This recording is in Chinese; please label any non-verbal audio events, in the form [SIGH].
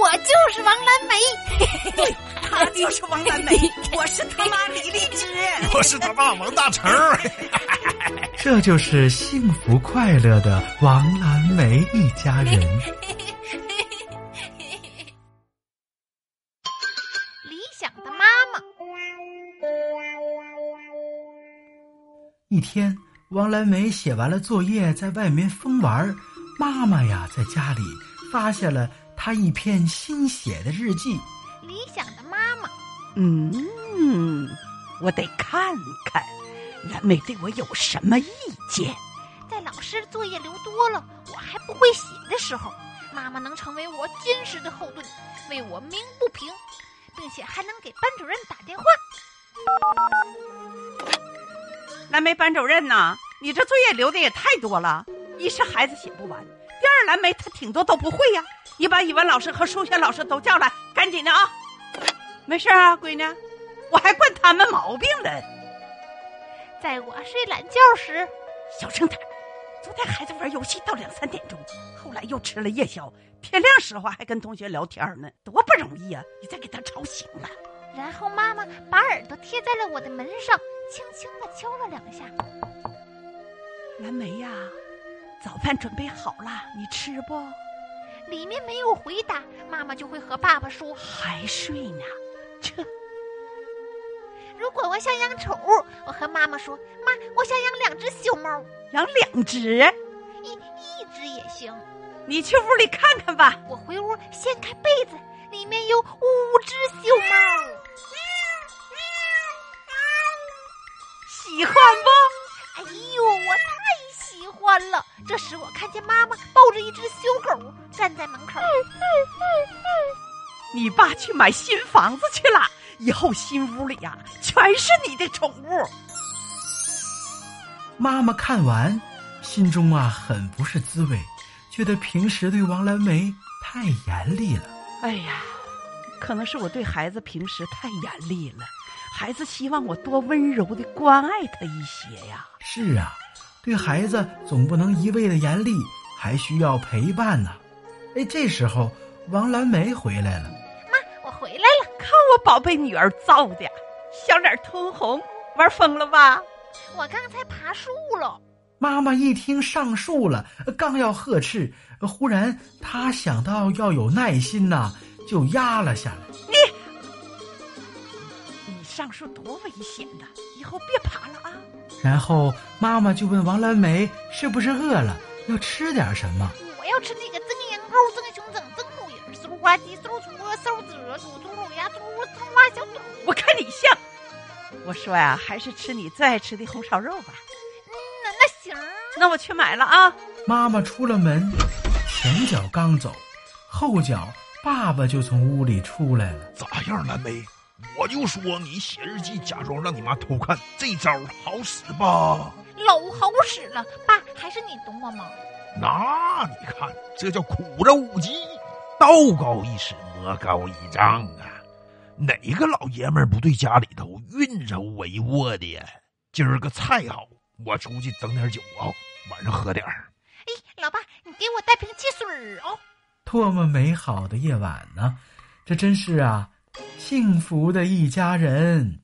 我就是王蓝梅。对，他就是王蓝 [LAUGHS] 梅，我是他妈李荔枝， [LAUGHS] 我是他爸王大成。这就是幸福快乐的王蓝梅一家人。理想的妈妈。一天，王蓝梅写完了作业，在外面疯玩儿。妈妈呀，在家里发现了她一篇新写的日记。理想的妈妈。嗯，我得看看蓝莓对我有什么意见。在老师作业留多了，我还不会写的时候，妈妈能成为我坚实的后盾，为我鸣不平，并且还能给班主任打电话。蓝莓班主任呐、你这作业留的也太多了，一是孩子写不完，第二蓝莓他挺多都不会呀、你把语文老师和数学老师都叫来，赶紧的啊！没事啊，闺女，我还惯他们毛病了。在我睡懒觉时，小声点儿。昨天孩子玩游戏到两三点钟，后来又吃了夜宵，天亮时候还跟同学聊天呢，多不容易啊！你再给他吵醒了。然后妈妈把耳朵贴在了我的门上，轻轻地敲了两下。蓝莓呀、早饭准备好了，你吃不？里面没有回答，妈妈就会和爸爸说还睡呢？这：“如果我想养宠物，我和妈妈说，妈，我想养两只小猫，养两只，一一只也行。”你去屋里看看吧。我回屋掀开被子，里面有五只小猫。喜欢不？哎呦，我太喜欢了！这时我看见妈妈抱着一只小狗站在门口。你爸去买新房子去了，以后新屋里呀、全是你的宠物。妈妈看完，心中啊很不是滋味，觉得平时对王蓝梅太严厉了。哎呀，可能是我对孩子平时太严厉了，孩子希望我多温柔的关爱他一些呀。是啊，对孩子总不能一味的严厉，还需要陪伴呐、哎，这时候王蓝梅回来了，我回来了，看我宝贝女儿造的，小脸通红，玩疯了吧？我刚才爬树了。妈妈一听上树了，刚要呵斥，忽然她想到要有耐心呐、就压了下来。你上树多危险呐！以后别爬了啊！然后妈妈就问王蓝梅是不是饿了，要吃点什么。我要吃那个蒸羊羔、蒸熊掌、蒸鹿眼、搜花鸡、搜猪鹅、搜子鹅、煮猪肉鸭、猪猪猪蛙小肚。我看你像。我说呀、还是吃你最爱吃的红烧肉吧。那那行，那我去买了啊。妈妈出了门，前脚刚走，后脚爸爸就从屋里出来了。 [LAUGHS] 咋样，蓝莓？我就说你写日记假装让你妈偷看，这招好使吧？老好使了。爸，还是你懂我吗？那你看，这叫苦肉计，道高一尺，魔高一丈啊！哪个老爷们儿不对家里头运筹帷幄的呀？今儿个菜好，我出去整点酒啊，晚上喝点儿。哎，老爸，你给我带瓶汽水儿哦。多么美好的夜晚呢、这真是啊，幸福的一家人。